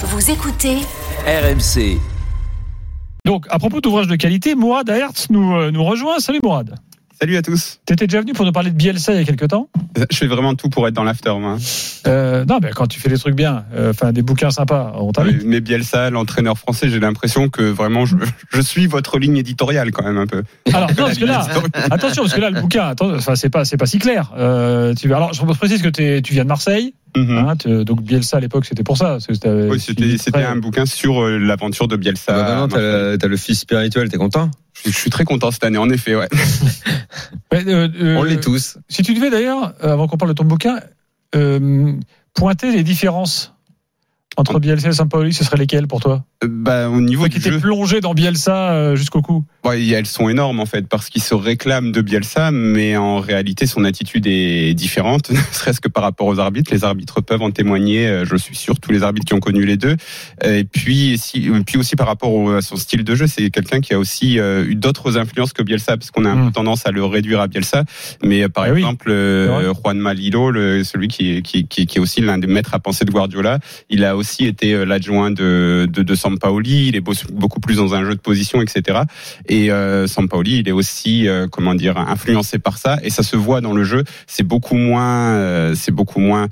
Vous écoutez RMC. Donc, à propos d'ouvrages de qualité, Mourad Aertz nous, euh, nous rejoint. Salut Mourad. Salut à tous. T'étais déjà venu pour nous parler de Bielsa il y a quelques temps. Je fais vraiment tout pour être dans l'after, moi. Euh, non, mais quand tu fais des trucs bien, euh, enfin des bouquins sympas, on t'invite. Euh, Mais Bielsa, l'entraîneur français, j'ai l'impression que vraiment je, je suis votre ligne éditoriale quand même un peu. Alors, non, parce que là, attention, parce que là, le bouquin, attends, enfin, c'est pas, c'est pas si clair. Euh, tu, alors, je précise que t'es- tu viens de Marseille. Mhm. hein, tu- donc, Bielsa à l'époque, c'était pour ça. parce que c'était- Oui, c'était c'était c'était très- un bouquin sur euh, l'aventure de Bielsa. Bah maintenant, t'as le, t'as le fils spirituel, t'es content je, suis- je suis très content cette année, en effet. Ouais. Mais, euh, euh, On l'est tous. Si tu devais d'ailleurs, euh, avant qu'on parle de ton bouquin, euh, pointer les différences Mm. entre Bielsa et Sampaoli, ce seraient lesquelles pour toi Euh, Bah, au niveau Toi qui du étais jeu, plongé dans Bielsa euh, jusqu'au cou. bon, il y a- elles sont énormes en fait, parce qu'il se réclame de Bielsa, mais en réalité son attitude est différente, ne serait-ce que par rapport aux arbitres. Les arbitres peuvent en témoigner, euh, je suis sûr, tous les arbitres qui ont connu les deux. Euh, Et puis, si, euh, puis aussi par rapport au- à son style de jeu, c'est quelqu'un qui a aussi euh, eu d'autres influences que Bielsa, parce qu'on a un Mm. peu tendance à le réduire à Bielsa. Mais euh, par Eh oui, exemple, euh, c'est vrai. Juan Malilo, le, celui qui est, qui, qui, qui est aussi l'un des maîtres à penser de Guardiola, il a aussi été euh, l'adjoint de, de, de Sampaoli. Il est beau- beaucoup plus dans un jeu de position, etc. Et euh, Sampaoli, il est aussi, euh, comment dire, influencé par ça. Et ça se voit dans le jeu. C'est beaucoup moins, euh, c'est beaucoup moins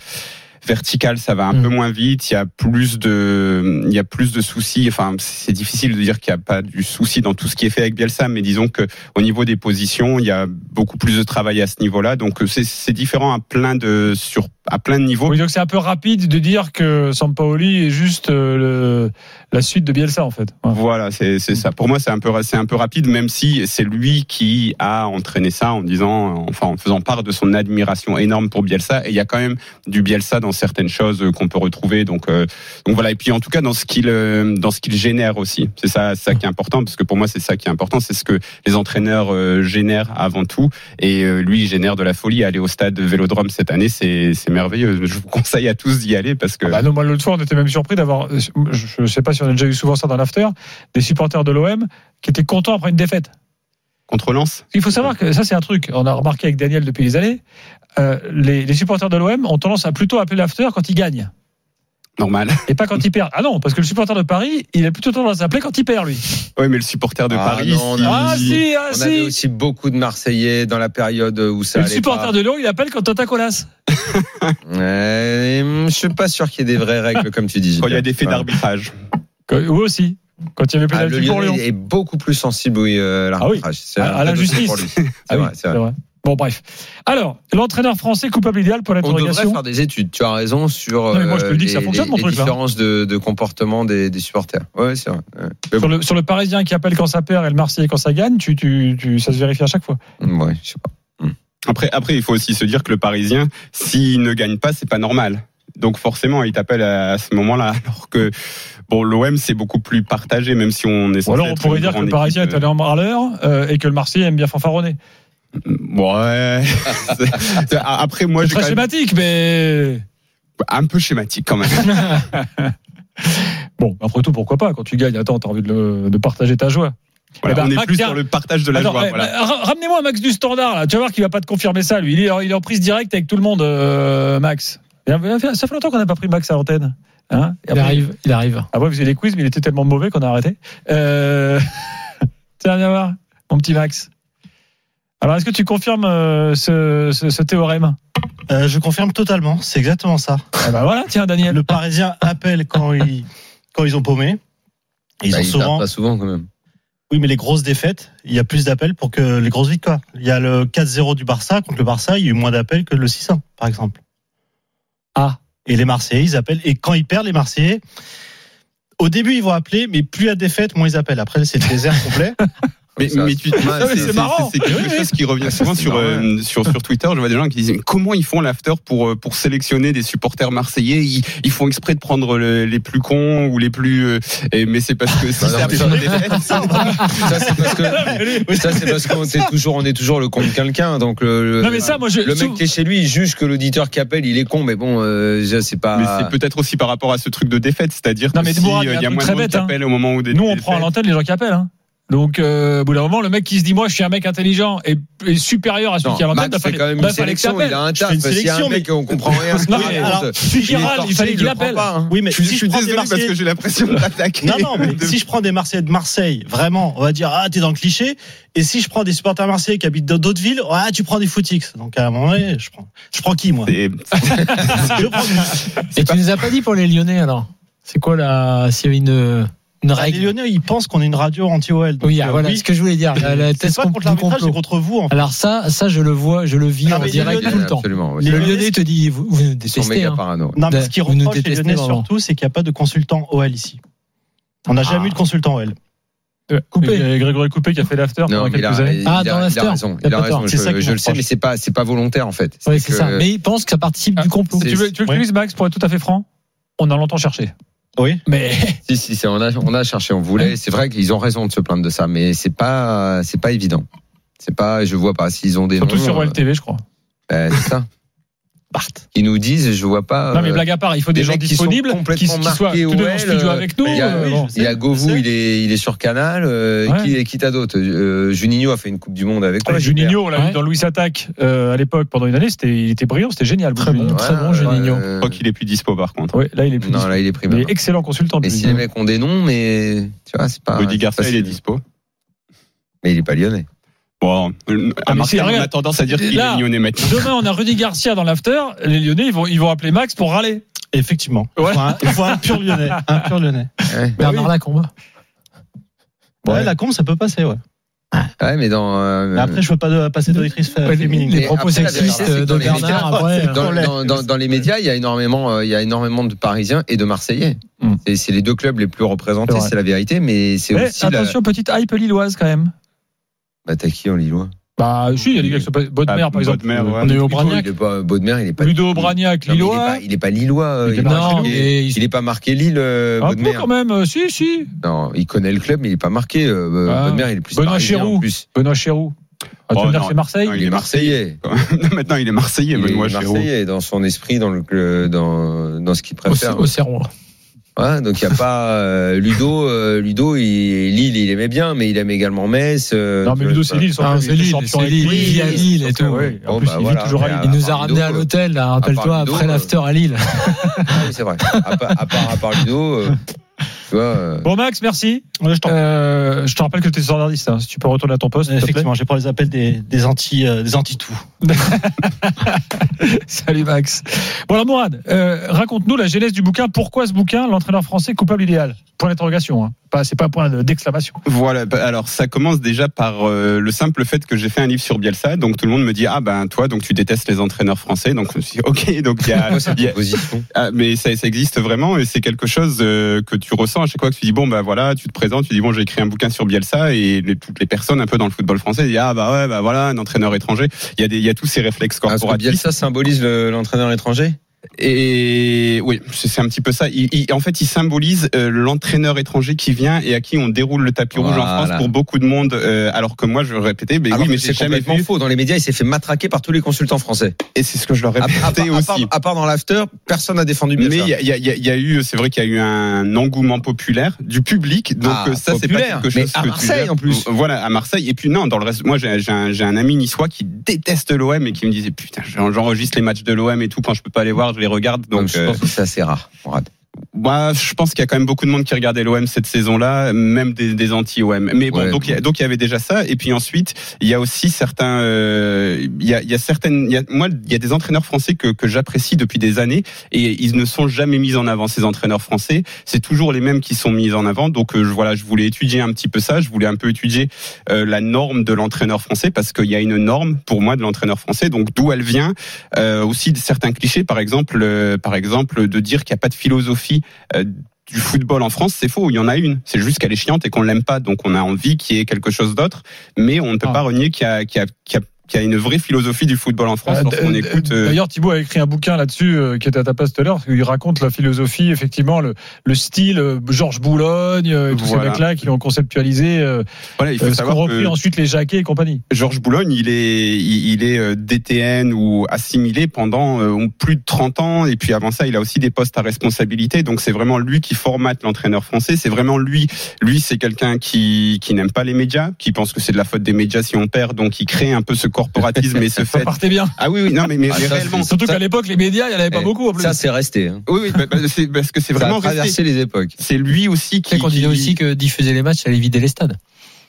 vertical, ça va un Mm. peu moins vite, il y a plus de il y a plus de soucis, enfin c'est difficile de dire qu'il n'y a pas du souci dans tout ce qui est fait avec Bielsa, mais disons que au niveau des positions, il y a beaucoup plus de travail à ce niveau-là, donc euh, c'est c'est différent à plein de sur à plein de niveaux. Oui, donc c'est un peu rapide de dire que Sampaoli est juste euh, le- la suite de Bielsa en fait. Ouais. Voilà, c'est c'est ça. Pour moi, c'est un peu c'est un peu rapide, même si c'est lui qui a entraîné ça en disant, enfin en faisant part de son admiration énorme pour Bielsa. Et il y a quand même du Bielsa dans certaines choses euh, qu'on peut retrouver. Donc euh, donc voilà. Et puis en tout cas dans ce qu'il euh, dans ce qu'il génère aussi. C'est ça ça qui est important parce que pour moi c'est ça qui est important. C'est ce que les entraîneurs euh, génèrent avant tout. Et euh, lui il génère de la folie. Aller au stade Vélodrome cette année, c'est c'est merveilleux. Je vous conseille à tous d'y aller parce que. Ah bah non, moi l'autre fois on était même surpris d'avoir, euh, je ne sais pas si on a déjà eu souvent ça dans l'after, des supporters de l'OM qui étaient contents après une défaite. Contre Lens Il faut savoir que ça c'est un truc, on a remarqué avec Daniel depuis des années, euh, les, les supporters de l'OM ont tendance à plutôt appeler l'after quand ils gagnent Normal. et pas quand ils perdent. Ah non, parce que le supporter de Paris, il a plutôt tendance à appeler quand il perd lui. Oui, mais le supporter de Ah Paris. non, on si- a- Ah si, ah On avait si. aussi beaucoup de Marseillais dans la période où ça Et Le allait supporter pas. de Lyon, il appelle quand Tata Colas. Ouais, hum, je suis pas sûr qu'il y ait des vraies règles, comme tu dis. Quand il y a Gilbert. des faits d'arbitrage. Ou aussi, quand il y avait Ah, le pénalty pour Lyon. Ah Lyonnais est beaucoup plus sensible oui, euh, à l'arbitrage. C'est À- à un la vrai justice. dossier pour lui. C'est Ah oui, vrai, c'est vrai. c'est vrai. Bon, bref. Alors, l'entraîneur français coupable idéal pour On devrait l'interrogation. faire des études. Tu as raison sur Non, mais moi, je te euh, le dis que ça les- fonctionne, les- mon les truc, là. différences de, de comportement des, des supporters. Ouais, c'est vrai. Ouais. Mais Sur le, sur le Parisien qui appelle quand ça perd et le Marseillais quand ça gagne, tu, tu, tu- ça se vérifie à chaque fois. bon, ouais, je sais pas. Après, après, il faut aussi se dire que le Parisien, s'il ne gagne pas, c'est pas normal. Donc forcément, il t'appelle à, à ce moment-là. Alors que bon, l'OM c'est beaucoup plus partagé, même si on est. Ou censé alors on être pourrait une dire que grande le Parisien équipe, est allé en râleur euh, et que le Marseillais aime bien fanfaronner. euh, Ouais. C'est- c'est- après, moi, C'est j'ai très quand même schématique, mais. un peu schématique quand même. Bon, après tout, pourquoi pas Quand tu gagnes, attends, t'as envie de, le- de partager ta joie. Voilà, Eh ben, on est Max, plus tiens. sur le partage de la Attends, joie. eh, voilà. bah, ra- Ramenez-moi un Max du standard, là. Tu vas voir qu'il va pas te confirmer ça, lui. Il est, en- il est en prise directe avec tout le monde, euh, Max. Viens, viens, viens. Ça fait longtemps qu'on n'a pas pris Max à l'antenne. Hein Et Il après, arrive, il arrive. Ah ouais, vous avez des quiz, mais il était tellement mauvais qu'on a arrêté. Euh... Tiens, viens voir, mon petit Max. Alors, est-ce que tu confirmes euh, ce, ce- ce théorème Euh, je confirme totalement, c'est exactement ça. Ah bah voilà, tiens, Daniel. Le Parisien appelle quand ils, quand ils ont paumé. Ils Bah, ont il souvent. perd pas souvent quand même. Oui, mais les grosses défaites, il y a plus d'appels pour que les grosses victoires. Il y a le 4-0 du Barça contre le Barça, il y a eu moins d'appels que le 6-1, par exemple. Ah. Et les Marseillais, ils appellent. Et quand ils perdent, les Marseillais, au début, ils vont appeler, mais plus à défaite, moins ils appellent. Après, c'est le désert complet. Mais, Ça, mais tu- c'est pas mal, Non, mais c'est- c'est marrant. C'est quelque chose qui revient souvent c'est sur, euh, sur, sur Twitter. Je vois des gens qui disent mais comment ils font l'after pour, euh, pour sélectionner des supporters marseillais ils, ils font exprès de prendre le- les plus cons ou les plus. euh, et- mais c'est parce que si Bah non, c'est mais après ça- une défaite, Ça, c'est parce que. Ça, c'est parce qu'on est toujours, on est toujours le con de quelqu'un. Donc, le, Non, mais ça, moi, je. Euh, le mec qui est chez lui, il juge que l'auditeur qui appelle, il est con. Mais bon, euh, déjà, c'est pas. Mais c'est peut-être aussi par rapport à ce truc de défaite, c'est-à-dire Non, que mais si Bourad, il euh, y a un y a truc moins de très monde bête, qui hein. appelle au moment où des Nous, on des prend à défaites, l'antenne les gens qui appellent. Hein. Donc, euh, au bout d'un moment, le mec qui se dit Moi, je suis un mec intelligent et, et supérieur à celui Non, qui est à l'antenne, Max bah, fait fallait- quand même bah, une fallait que sélection. Il t'appelles. a un fais taf. une S'il y a un sélection, mec on comprend rien, à ce Non, qu'il mais raconte, alors, Celui qui il est râle, il torché, fallait il qu'il le prend appelle. pas, hein. Oui, mais Je, si je suis je prends des désolé parce Marseillais- que j'ai l'impression de t'attaquer. Non, non, mais si je prends des Marseillais de Marseille, vraiment, on va dire, ah, t'es dans le cliché. Et si je prends des supporters marseillais qui habitent dans d'autres villes, ah, tu prends des footix. Donc, à un moment donné, je prends, je prends qui, moi? C'est- Je prends qui Et tu nous as pas dit pour les Lyonnais alors C'est quoi la s'il y avait une une Ah, Les règle Lyonnais, ils pensent qu'on est une radio anti-OL. donc, Oui, ah, euh, voilà oui. ce que je voulais dire. La, la C'est thèse pas com- contre du l'arbitrage, c'est complot. contre vous, en fait. Alors ça, ça je le vois, je le vis Ah, en mais les direct Lyonnais- tout le temps. euh, Absolument. ouais. Le Lyonnais- Lyonnais te dit, vous, vous nous Ils sont détestez. méga hein. parano. Non, mais ce qui Vous nous reproche les détestez Lyonnais vraiment. Ah. surtout, c'est qu'il n'y a pas de consultant OL ici. On n'a jamais eu de consultant OL. Coupé. Il y a Grégory Coupé qui a fait l'after Non, pendant mais il quelques a, années. il Ah, a- il dans a l'after. raison, T'as il a pas raison. tort. C'est ça Je, qui je le sais, m'approche. mais c'est pas, c'est pas volontaire en fait. Ouais, C'est c'est que- ça. Mais ils pensent que ça participe Ah, du complot. c'est- Tu veux, tu veux que je dise, Max, pour être tout à fait franc On a longtemps cherché. Oui. Mais Si, si, c'est- on a, on a cherché, on voulait. C'est vrai qu'ils ont raison de se plaindre de ça, mais c'est pas, c'est pas évident. C'est pas, je vois pas s'ils ont des Surtout noms, sur euh, OLTV, je crois. euh, c'est ça. Bart. Ils nous disent, je vois pas. Non, mais euh, blague à part, il faut des, des gens mecs qui disponibles sont qui, qui complètement soient marqués tous deux en OL, studio euh, avec nous. il y a- euh, oui, bon. je sais. Il y a Govou, c'est- il est, il est sur Canal. euh, Ouais. Qui, qui t'a d'autre Euh, Juninho a fait une Coupe du Monde avec toi. Ouais, Gilbert. Juninho, on l'a Ouais. vu dans Louis Attaque euh, à l'époque pendant une année, c'était, il était brillant, c'était génial. Très Juninho. bon. très Voilà, Juninho. euh, Je crois qu'il est plus dispo par contre. Ouais, là, il est plus. non, dispo. là, il est pris. Il maintenant. est excellent consultant. Mais si les Juninho. mecs ont des noms, mais tu vois, c'est pas. Rudy Ah, c'est Garcia, pas il est si- dispo. Mais il est pas lyonnais. Bon, euh, Ah, à mais Marseille, c'est on rien. a tendance à dire qu'il Là. est lyonnais maintenant. Demain, on a Rudy Garcia dans l'after. Les Lyonnais, ils vont, ils vont appeler Max pour râler. Effectivement. Ouais. Il, faut un, il faut un pur lyonnais. Un pur lyonnais. Ouais. Ah Bernard Lacombe. Ouais, Ouais. la com, ça peut passer, ouais. Ouais, mais dans. euh, Mais après, je veux pas de- passer d'auditrice fé- Ouais, les- féminine. les Mais propos après, la vérité, sexistes c'est que euh, dans de les médias, Bernard hein. ah après. euh, dans, dans- dans- dans les médias, il y a énormément, euh, il y a énormément de Parisiens et de Marseillais. Mm. Et c'est les deux clubs les plus représentés, C'est vrai. c'est la vérité, mais c'est Mais aussi la. Eh, attention, petite hype lilloise quand même. Bah, t'as qui en Lillois Bah, si, il y a des gars qui sont pas. Bodmer, Ah, par exemple. Bodmer, ouais. On a eu Aubragnac. Il est pas euh, Baudemer, il est pas. Ludo Aubragnac, Non, mais il est Lillois. pas- Il est pas Lillois. euh, Il est il est pas pas Non, marqué- mais Il il- est pas marqué Lille, euh, Un peu Bodmer. Ah, quand même, euh, si, si. Non, il connaît le club, mais il est pas marqué. euh, Ah. Bodmer, il est plus Benoît parisien Chéroux. en plus. Benoît Chéroux. Ah, tu Oh, veux me dire non. que c'est Marseille Non, Il est Marseillais. maintenant, il est Marseillais, Il est Benoît Chéreau. Marseillais dans son esprit, dans le euh, dans dans ce qu'il au- préfère. Au Serron. Ouais, donc il y a pas euh, Ludo. euh, Ludo, il, Lille, il aimait bien, mais il aime également Metz. euh, Non, mais tu Ludo, vois, c'est Lille. ils sont Ah, ils c'est sont Lille, champions c'est avec Lille, Lille, il vit à Lille et surtout, tout. Ah ouais. En Bon, plus, bah, il vit voilà. toujours à Mais, Lille. euh, Il nous a part ramené Ludo, à euh, l'hôtel, là, rappelle-toi, Ludo, après euh, l'after à Lille. Ah oui, c'est vrai. À part, à part, à part Ludo, euh, tu vois. euh, Bon, Max, merci. Ouais, je t'en Euh, je te rappelle que tu es standardiste. hein. Si tu peux retourner à ton poste, s'il te plaît. Effectivement, j'ai pas les appels des, des anti, euh, des anti-tout. Salut Max. Bon alors Mourad, euh, raconte-nous la genèse du bouquin. Pourquoi ce bouquin, l'entraîneur français coupable idéal Point d'interrogation. Hein. Pas, c'est pas un point de- d'exclamation. Voilà, bah, alors ça commence déjà par euh, le simple fait que j'ai fait un livre sur Bielsa, donc tout le monde me dit ah ben toi donc tu détestes les entraîneurs français, donc je me suis dit, ok donc il y a, moi, cette il y a- proposition. ah, mais ça, ça existe vraiment et c'est quelque chose euh, que tu ressens à chaque fois que tu dis bon bah voilà tu te présentes, tu dis bon j'ai écrit un bouquin sur Bielsa et les- toutes les personnes un peu dans le football français disent ah bah ouais bah voilà un entraîneur étranger, il y a des il y a tous ces réflexes Ah, Est-ce que corporatifs. Bielsa symbolise le- l'entraîneur Eh étranger Et oui, c'est c'est un petit peu ça. Il, il- en fait, il symbolise euh, l'entraîneur étranger qui vient et à qui on déroule le tapis rouge en Voilà. Ah France pour beaucoup de monde. euh, alors que moi, je le répétais, mais Alors oui, mais que j'ai c'est jamais complètement vu. faux. Dans les médias, il s'est fait matraquer par tous les consultants français. Et c'est ce que je leur À, à part- répétais à part, aussi. à part dans l'after, personne n'a défendu Mais il Bielsa. y a, il y a- il y a- il y a eu, c'est vrai qu'il y a eu un engouement populaire du public. Donc Ah, euh, ça, c'est pas populaire. quelque chose Mais que à tu Marseille, gères. en plus. Voilà, à Marseille. Et puis non, dans le reste, moi, j'ai j'ai un, j'ai un ami niçois qui déteste l'OM et qui me disait putain, j'en- j'enregistre les matchs de l'OM et tout quand je peux pas les voir, je les regarde. Donc, Donc je euh, pense que c'est assez rare. Mourad. Bah, je pense qu'il y a quand même beaucoup de monde qui regardait l'OM cette saison-là, même des, des anti-OM. Mais bon, Ouais. donc il y a- donc il y avait déjà ça. Et puis ensuite, il y a aussi certains, euh, il y, a, il y a certaines, il y a, moi, il y a des entraîneurs français que, que j'apprécie depuis des années et ils ne sont jamais mis en avant. Ces entraîneurs français, c'est toujours les mêmes qui sont mis en avant. Donc euh, je, voilà, je voulais étudier un petit peu ça. Je voulais un peu étudier euh, la norme de l'entraîneur français parce qu'il y a une norme pour moi de l'entraîneur français. Donc d'où elle vient euh, aussi de certains clichés, par exemple, euh, par exemple, de dire qu'il n'y a pas de philosophie euh, du football en France, c'est faux. Il y en a une. C'est juste qu'elle est chiante et qu'on l'aime pas. Donc on a envie qu'il y ait quelque chose d'autre. Mais on ne peut Ah. pas renier qu'il y a, qu'il y a- qu'il y a- qu'il y a une vraie philosophie du football en France Euh, d- lorsqu'on d- écoute. euh, D'ailleurs, Thibaut a écrit un bouquin là-dessus euh, qui était à ta place tout à l'heure. où Il raconte la philosophie, effectivement, le, le style euh, Georges Boulogne, euh, et tous ces Voilà. mecs-là qui ont conceptualisé euh, voilà, il faut euh, ce qu'ont savoir repris que ensuite les jaquets et compagnie. Georges Boulogne, il est, il il est euh, DTN ou assimilé pendant euh, plus de 30 ans. Et puis avant ça, il a aussi des postes à responsabilité. Donc c'est vraiment lui qui formate l'entraîneur français. C'est vraiment lui. Lui, c'est quelqu'un qui, qui n'aime pas les médias, qui pense que c'est de la faute des médias si on perd. Donc il crée un peu ce corporatisme et ce Ça fait. partait bien. Ah oui, oui, non, mais, mais, Ah, mais ça, réellement. c'est- Surtout ça- qu'à l'époque, les médias, il n'y en avait pas Eh, beaucoup en plus. Ça, c'est resté. hein. Oui, oui, bah, bah, c'est- parce que c'est Ça vraiment a resté. traversé les époques. C'est lui aussi qui. C'est qu'on disait qui- aussi que diffuser les matchs, ça allait vider les stades.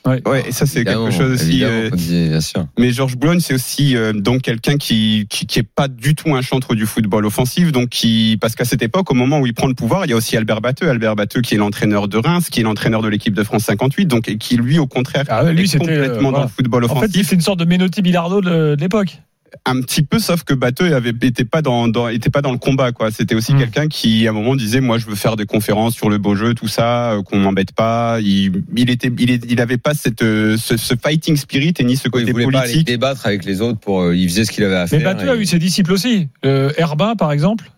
Ouais, et ça c'est quelque Évidemment, chose aussi. évidemment, euh, on dit, bien sûr. Mais Georges Boulogne, c'est aussi euh, donc quelqu'un qui, qui qui est pas du tout un chantre du football offensif, donc qui parce qu'à cette époque, au moment où il prend le pouvoir, il y a aussi Albert Batteux, Albert Batteux qui est l'entraîneur de Reims, qui est l'entraîneur de l'équipe de France 58, donc et qui lui au contraire Ah ouais, lui, est c'était, euh, complètement dans voilà. le football En fait, offensif, c'est une sorte de Menotti Bilardo de, de l'époque. un petit peu, sauf que Batteux avait était pas dans, dans était pas dans le combat quoi. C'était aussi Hmm. Mm. quelqu'un qui à un moment disait moi je veux faire des conférences sur le beau jeu, tout ça, euh, qu'on m'embête pas. Il, il était il, est- il avait pas cette euh, ce, ce fighting spirit et ni ce Il côté voulait pas aller politique. débattre avec les autres pour. euh, Il faisait ce qu'il avait à Mais bah, faire. Batteux et- a eu ses disciples aussi. Euh, Herbin, par exemple.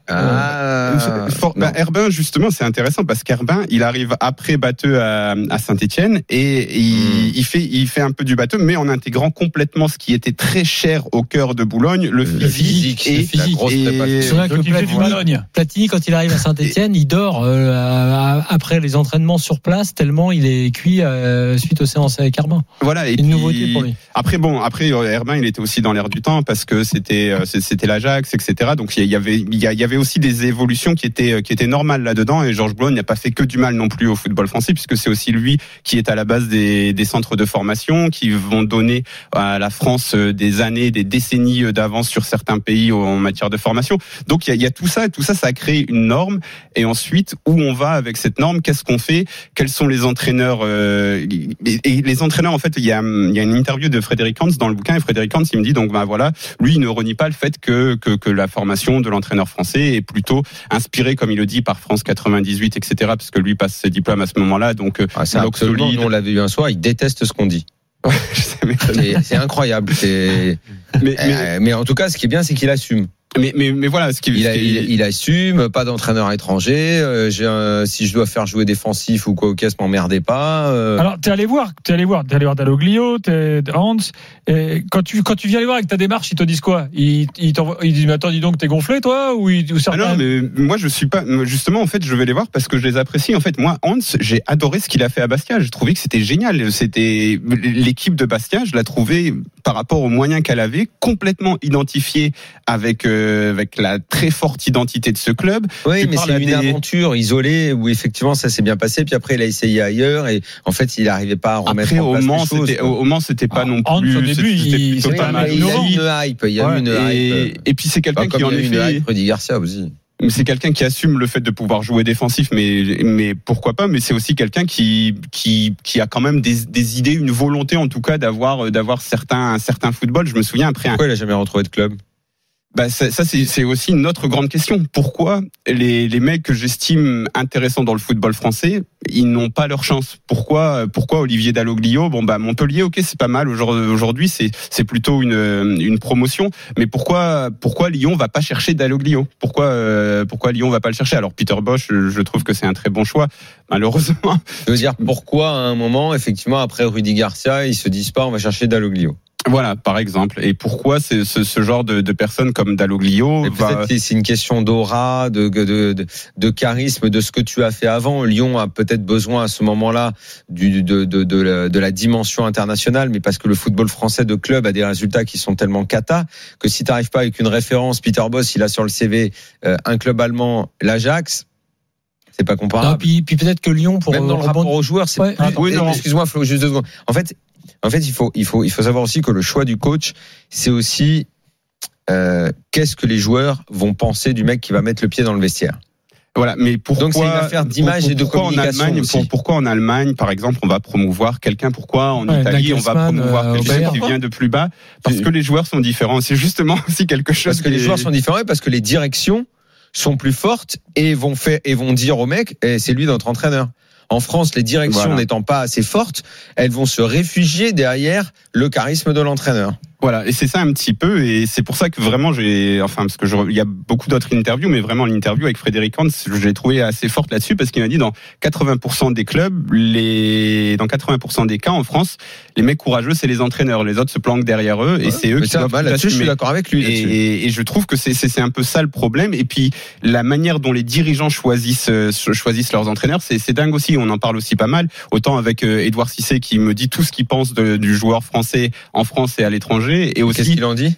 Ah, For- non. bah, Herbin, justement, c'est intéressant parce qu'Herbin, il arrive après Batteux à, à Saint-Etienne et il, Mm. il, fait, il fait un peu du Batteux, mais en intégrant complètement ce qui était très cher au cœur de Boulogne, le, Le physique, physique, et, le physique. et- La grosse et- C'est vrai que Donc, il fait du Platini, Bologne. Platini, quand il arrive à Saint-Etienne, il dort euh, à- à- après les entraînements sur place, tellement il est cuit euh, suite aux séances avec Herbin. voilà. Et C'est une puis- nouveauté pour lui. Après bon, après euh, Herbin, il était aussi dans l'air du temps parce que c'était euh, c'est- c'était l'Ajax, etc. Donc il y avait il y a- il y avait aussi des évolutions qui étaient euh, qui étaient normales là-dedans. Et Georges Boulogne n'a pas fait que du mal non plus au football français puisque c'est aussi lui qui est à la base des, des centres de formation qui vont donner à la France euh, des années, des décennies euh, d'avance sur certains pays en matière de formation. Donc il y a, il y a tout ça et tout ça, ça a créé une norme. Et ensuite où on va avec cette norme Qu'est-ce qu'on fait quels sont les entraîneurs euh, et, et les entraîneurs en fait il y a, hum, il y a une interview de Frédéric Hans dans le bouquin et Frédéric Hans il me dit donc ben voilà lui il ne renie pas le fait que que, que la formation de l'entraîneur français est plutôt inspirée comme il le dit par France 98 etc parce que lui passe ses diplômes à ce moment-là donc euh, Ah, c'est Bloc absolument, solide. nous on l'avait eu un soir, il déteste ce qu'on dit. je sais, mais, C'est c'est incroyable. c'est- mais, mais, Euh, Mais en tout cas, ce qui est bien, c'est qu'il assume. mais- mais- mais voilà ce qui Euh, Il, a- ce qui- il- il assume, pas d'entraîneur étranger. euh, j'ai un- si je dois faire jouer défensif ou quoi, ok, ça m'emmerdez pas. euh, Alors, t'es allé voir, t'es allé voir, t'es allé voir Dalloglio, t'es Hans. Et quand tu quand tu viens les voir avec ta démarche, ils te disent quoi Ils ils t'envoient- ils disent mais attends dis donc t'es gonflé toi ou ils ou Ah certains non, mais moi je suis pas. Justement, en fait, je vais les voir parce que je les apprécie. En fait, moi, Hans, j'ai adoré ce qu'il a fait à Bastia. J'ai trouvé que c'était génial. C'était l'équipe de Bastia. Je la trouvais par rapport aux moyens qu'elle avait complètement identifiée avec euh, avec la très forte identité de ce club. oui, tu mais parles à c'est une des- aventure isolée où effectivement ça s'est bien passé. Puis après, il a essayé ailleurs et en fait, il n'arrivait pas à remettre Après, en au place Mans, les choses, c'était quoi. au Mans, c'était pas Ah, non Hans, plus. au début, c'était il- plutôt Oui, pas mais mal. il y a innovant. eu une hype. Il y a eu Ouais, une Et, hype. euh, et puis c'est quelqu'un pas Comme qui il y en a eu une effet. hype Rudy Garcia aussi. Mais c'est quelqu'un qui assume le fait de pouvoir jouer défensif, mais, mais pourquoi pas Mais c'est aussi quelqu'un qui, qui, qui a quand même des, des idées, une volonté en tout cas d'avoir d'avoir certains un certain football. Je me souviens après, un- Pourquoi il a jamais retrouvé de club bah, ça, ça, c'est c'est aussi une autre grande question. Pourquoi les, les mecs que j'estime intéressants dans le football français, ils n'ont pas leur chance Pourquoi pourquoi Olivier Dalloglio Bon bah Montpellier, ok, c'est pas mal Aujourd- aujourd'hui, c'est c'est plutôt une une promotion. Mais pourquoi pourquoi Lyon va pas chercher Dalloglio Pourquoi euh, pourquoi Lyon va pas le chercher Alors Peter Bosch, je je trouve que c'est un très bon choix. Malheureusement, Je veux dire, pourquoi à un moment, effectivement, après Rudy Garcia, ils se disent pas, on va chercher Dalloglio voilà par exemple. Et pourquoi c'est- ce, ce genre de, de personnes comme Dalloglio Mais va- Peut-être c'est- c'est une question d'aura, de, de, de, de charisme, de ce que tu as fait avant. Lyon a peut-être besoin à ce moment-là du- de, de, de, la, de la dimension internationale, mais parce que le football français de club a des résultats qui sont tellement cata que si tu n'arrives pas avec une référence, Peter Boss, il a sur le CV euh, un club allemand, l'Ajax, c'est pas Non, comparable. puis puis peut-être que Lyon, pour ah, Même dans le rebondir- rapport aux joueurs, c'est Ouais. plus- Oui, non. Excuse-moi, Flo, juste deux secondes. En fait, en fait, il faut, il faut, il faut savoir aussi que le choix du coach, c'est aussi euh, qu'est-ce que les joueurs vont penser du mec qui va mettre le pied dans le vestiaire. Voilà, mais pourquoi Donc, c'est une affaire d'image pour- et de pourquoi communication En Allemagne, aussi. pour- pourquoi en Allemagne, par exemple, on va promouvoir quelqu'un Pourquoi en Ouais, Italie, on va Nagelsmann, promouvoir euh, quelqu'un Aubert. qui vient de plus bas Parce que les joueurs sont différents. C'est justement aussi quelque chose. Parce que les qui est- joueurs sont différents et parce que les directions sont plus fortes et vont faire et vont dire au mec, eh, c'est lui notre entraîneur. En France, les directions Voilà. n'étant pas assez fortes, elles vont se réfugier derrière le charisme de l'entraîneur. Voilà, et c'est ça un petit peu, et c'est pour ça que vraiment j'ai, enfin parce que je, il y a beaucoup d'autres interviews, mais vraiment l'interview avec Frédéric Hans, je l'ai trouvé assez forte là-dessus parce qu'il m'a dit dans 80% des clubs, les, dans 80% des cas en France, les mecs courageux c'est les entraîneurs, les autres se planquent derrière eux et Ouais. c'est eux Mais qui ça, doivent bah, tout là-dessus, je suis assumer. d'accord avec lui. Et, là-dessus. et- et je trouve que c'est- c'est c'est un peu ça le problème. Et puis la manière dont les dirigeants choisissent euh, cho- choisissent leurs entraîneurs, c'est c'est dingue aussi. On en parle aussi pas mal. Autant avec euh, Édouard Cissé qui me dit tout ce qu'il pense de- du joueur français en France et à l'étranger, et Qu'est-ce aussi qu'il en dit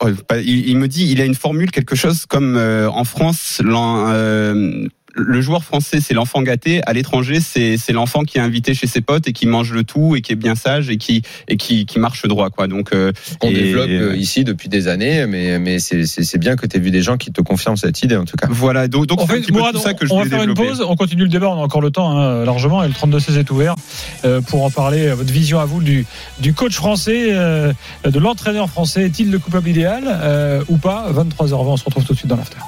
oh, pas- il, il me dit il a une formule quelque chose comme euh, en France l'en- euh, le joueur français, c'est l'enfant gâté. À l'étranger, c'est c'est l'enfant qui est invité chez ses potes et qui mange le tout et qui est bien sage et qui et qui, qui marche droit, quoi. Donc, euh, qu'on Et- développe euh, ici depuis des années, mais, mais c'est- c'est c'est bien que tu aies vu des gens qui te confirment cette idée en tout cas. Voilà, donc, donc En c'est un fait, petit peu Mourad, tout ça que je on va voulais faire développer. une pause, on continue le débat, on a encore le temps hein, largement, et le 32-16 est ouvert euh, pour en parler, euh, votre vision à vous du, du coach français, euh, de l'entraîneur français, est-il le coupable idéal euh, ou pas 23h20, on se retrouve tout de suite dans l'after.